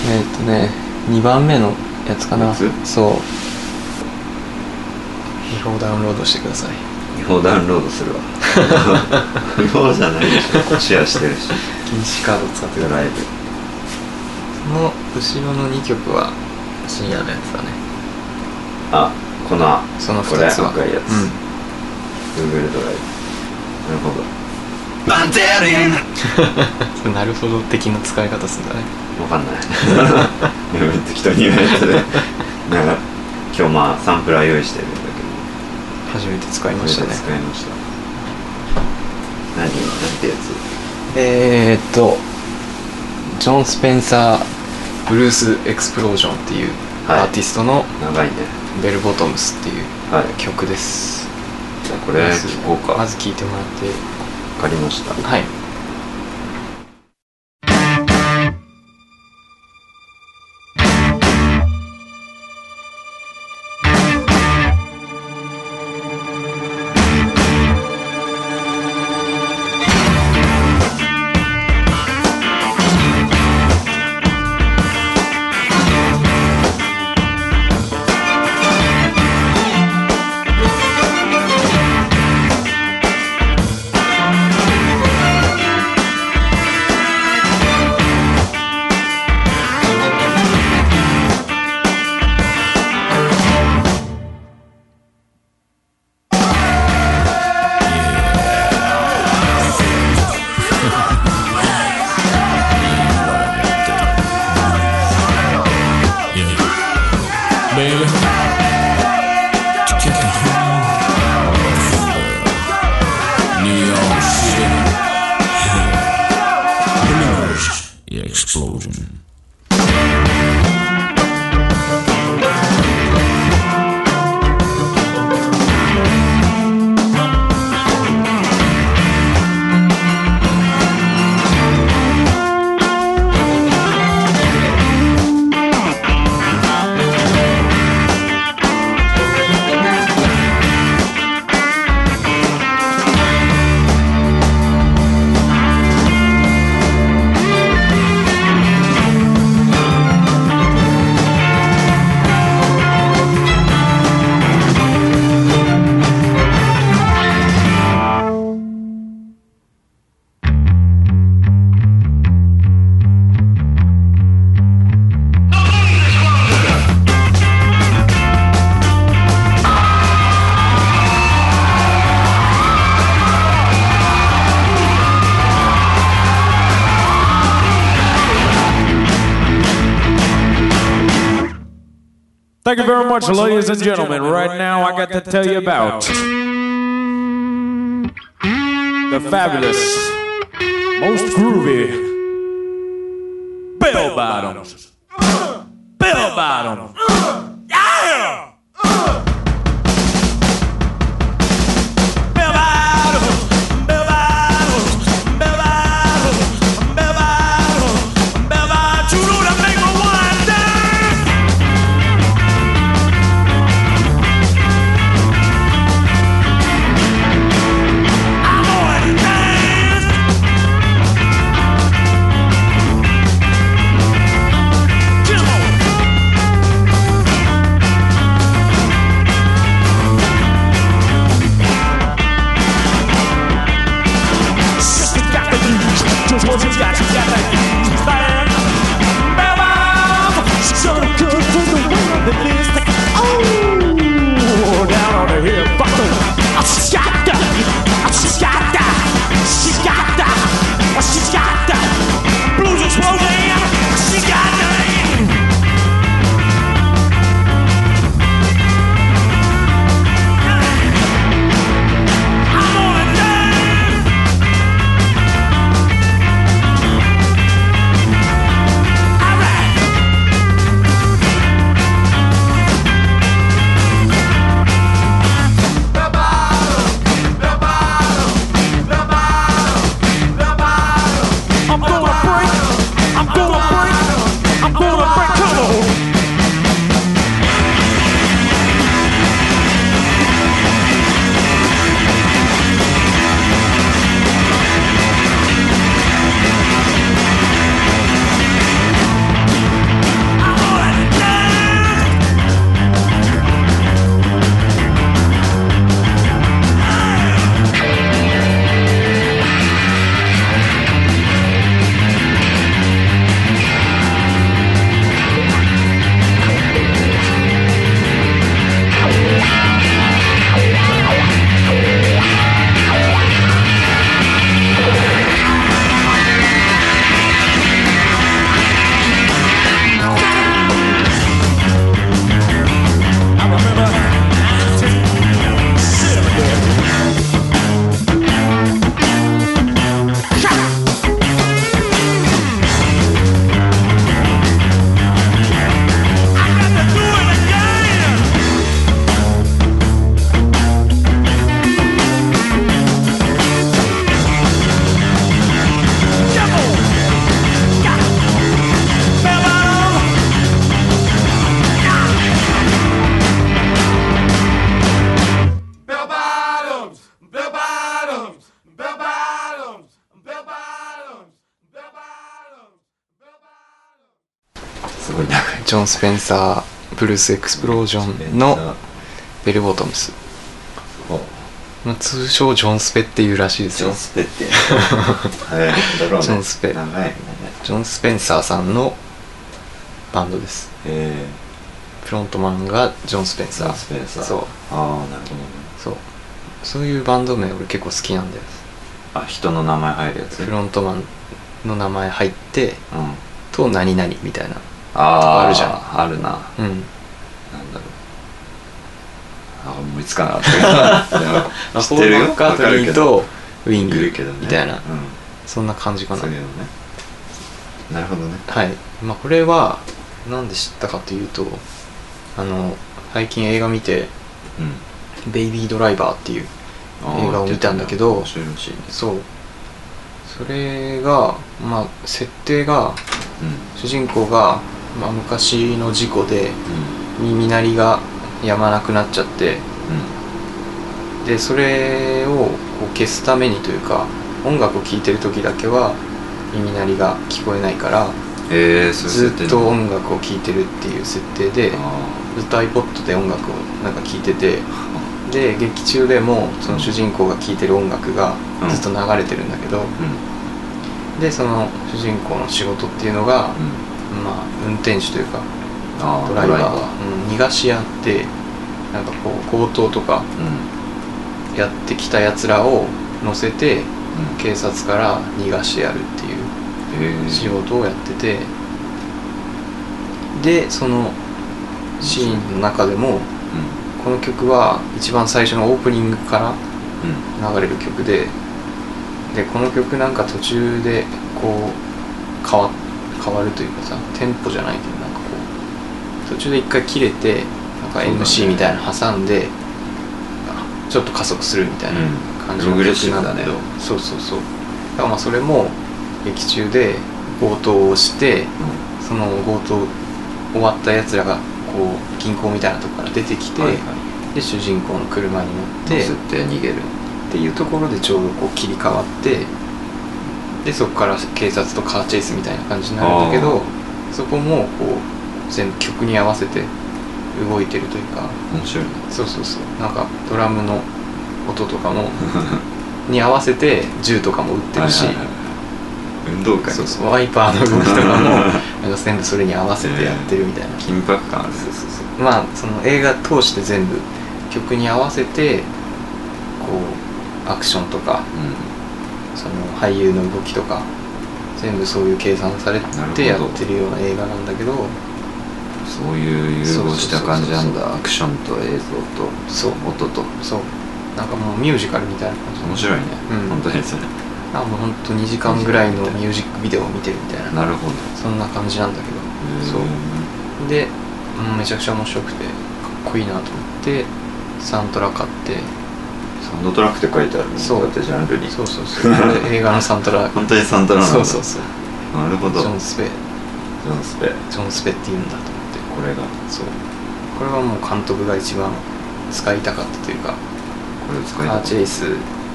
えーっ、とね2番目のやつかなやつそう違法ダウンロードしてください違法ダウンロードするわ違法じゃないでしょシェアしてるし禁止カード使ってドくださライいブその後ろの2曲は深夜のやつだねあこのそのこ2れつは赤いやつ、うん Google ドライブなるほどなるほど的な使い方するんだねわかんない *laughs* 適当に言われたでなんか今日まあサンプラー用意してるんだけど初めて使いましたね使いました何なんてやつえー、っとジョン・スペンサーブルース・エクスプロージョンっていうはいアーティストの長いね「ベル・ボトムス」っていうはい曲です、じゃあこれまず聞こうかまわず聴いてもらってかりましたはい Yeah, explosion. Thank you very much, ladies and gentlemen. Right now, I got to tell you about the fabulous, most groovy bell bottoms. Bell bottoms. Yeah! Bell bottoms, bell bottoms, bell bottoms, bell bottoms, bell bottoms. You know that make me wanna dance. Come on. ジョン・スペンサーブルース・エクスプロージョンのベルボトムスおまあ通称ジョン・スペっていうらしいですジョよンスペって *laughs* はいだろうねジョンスペ長い長いジョン・スペンサーさんのバンドですえフロントマンがジョン・スペンー、ササーースペンサーそうああなるほどねそうそういうバンド名俺結構好きなんだよあ人の名前入るやつフロントマンの名前入ってうんあと何々みたいなあーあるじゃんあるなうんなんだろうあ思いつかなかった知ってるよポールマッカートニーとウィンいグるけどねみたいな、うん、そんな感じかなそういうのねなるほどねはい、まあ、これはなんで知ったかというとあの最近映画見てうん「ベイビードライバー」っていうあー映画を見たんだけど面白いらしいねそうそれがまあ設定が主人公が、まあ、昔の事故でうん耳鳴りがやまなくなっちゃってうんでそれをこう消すためにというか音楽を聴いてる時だけは耳鳴りが聞こえないからうんえー、そういうず設定っとなの音楽を聴いてるっていう設定であずっと iPod で音楽をなんか聴い *laughs* ててで劇中でもその主人公が聴いてる音楽がうんずっと流れてるんだけど、ーうんでその主人公の仕事っていうのが、うんまあ運転手というかあードライバーうん逃がし合ってなんかこう強盗とかうんやってきたやつらを乗せてうん警察から逃がしてやるっていうえー仕事をやっててでそのシーンの中でもうこの曲は一番最初のオープニングからん流れる曲ででこの曲なんか途中でこう変わ変わるというかさテンポじゃないけどなんかこう途中で一回切れてなんかそうだね MC みたいなの挟んで、あちょっと加速するみたいな感じのうんプログレッシ曲ブなんだだねけど、そうそうそうだからまあそれも劇中で強盗をしてうその強盗終わったやつらがこう銀行みたいなとこから出てきて、んはいはいで主人公の車に乗って設定逃げるっていうところでちょうどこう切り替わってでそこから警察とカーチェイスみたいな感じになるんだけどそこもこう全部曲に合わせて動いてるというか面白いねそうそうそうなんかドラムの音と *laughs* かもに合わせて銃とかも撃ってるし、はいはいはい運動会そうそうワイパーの動 *laughs* きとかもなんか全部それに合わせてやってるみたいな、緊迫感あるそうまあその映画通して全部曲に合わせてこうアクションとかんその俳優の動きとか全部そういう計算されなるほどてやってるような映画なんだけどそういう融合した感じなんそうそうそうそうだアクションと映像とそう音とそうなんかもうミュージカルみたいな感じ面白いねうん本当にそれあもうほんと2時間ぐらいのミュージックビデオを見てるみたいななるほどそんな感じなんだけどそううで、うんめちゃくちゃ面白くてかっこいいなと思ってサントラ買ってサウンドトラックって書いてあるそうだってジャンルにそうそう *laughs* そうこれ映画のサントラ本当にサウンドラックそうそうそうなるほどジジョョン・スペンスペジョン・スペって言うんだと思ってこれがそうこれはもう監督が一番使いたかったというかこれを使いカーチェイイス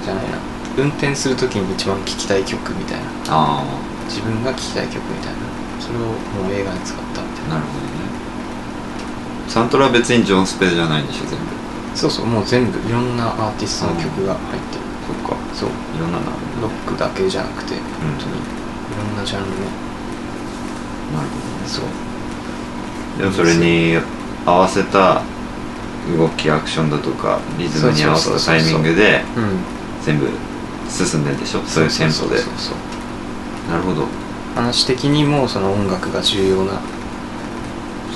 じゃないな運転する時に一番聴きたい曲みたいなあ自分が聴きたい曲みたいなそれをもう映画に使ったみあたなるいほどねサントラは別にジョンスペじゃないんでしょ全部なそうそうもう全部いろんなアーティストの曲が入ってる、そっかそういろんなのあるロックだけじゃなくて本当にいろんなジャンルのなるほどねそうでもそれに合わせた動きアクションだとかリズムに合わせそうそうたそタうそうイミングでうん全部進んでるでしょそういうテンそポうそうでそうそうなるほど話的にもその音楽が重要な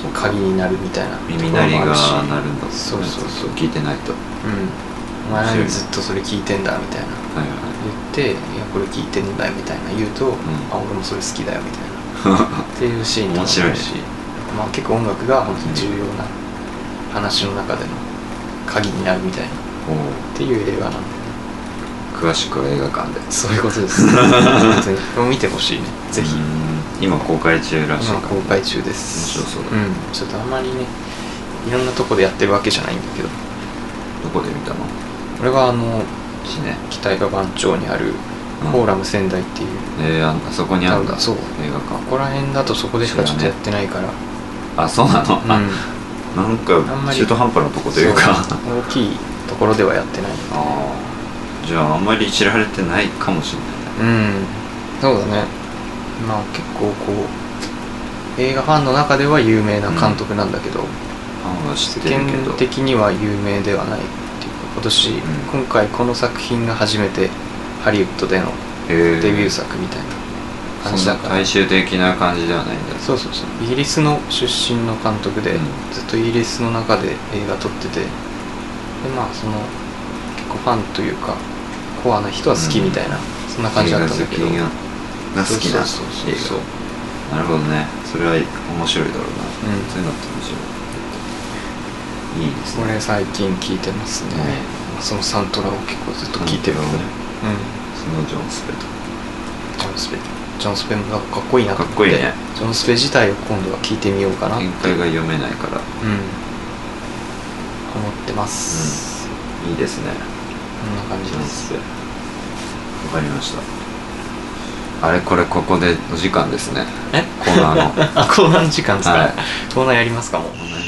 そうか鍵になるみたいな耳鳴りが鳴るんだそうそうそう聞いてないとはうんお前何ずっとそれ聞いてんだみたいないは言って「いやこれ聞いてんだよ」みたいな言うと「あ俺もそれ好きだよ」みた *laughs* いなっていうシーンになるし面白いねまあ、結構音楽が本当に重要な話の中での鍵になるみたいなっいおていう映画なんでお詳しくは映画館でそういうことです本当にこれ見てほしいねぜひうん今公開中らしい今から公開中です面白そうだん、ちょっとあんまりねいろんなとこでやってるわけじゃないんだけどどこで見たの俺はあのしね北映画番町にあるうんフォーラム仙台っていう、えーあんあそこにあるんだそう映画館ここら辺だとそこでしかちょっとやってないから、あそうなの、あうなんあんまかり中途半端なとこんというかそ大きいところではやってない *laughs* あーじゃああんまり知られてないかもしれないうんそうだねまあ結構こう映画ファンの中では有名な監督なんだけど、ファンは知世ってるけど間的には有名ではないっていうか今年、ん今回この作品が初めてハリウッドでのへデービュー作みたいな感じそだんなから大衆的な感じではないんだそうそうそうイギリスの出身の監督で、うんずっとイギリスの中で映画撮っててでまあその結構ファンというかコアな人は好きみたいな、そんな感じだったんだけど映画好きがが好きなそうそうそう映そう画なるほどねそれは面白いだろうな、うんそういうのって面白いいいですねこれ最近聴いてますね、そのサントラを結構ずっと聴いてるねけどそうんのジョン・スペとジョン・スペジョン・スペもなんかかっこいいなと思かっこいいねジョン・スペ自体を今度は聴いてみようかな展開が読めないからうん思ってます、いいですねこんな感ジじョでン・すスペわかりましたあれこれここでお時間ですねえコーナーの *laughs* あコーナーの時間ですか、はいコーナーやりますかもうお願い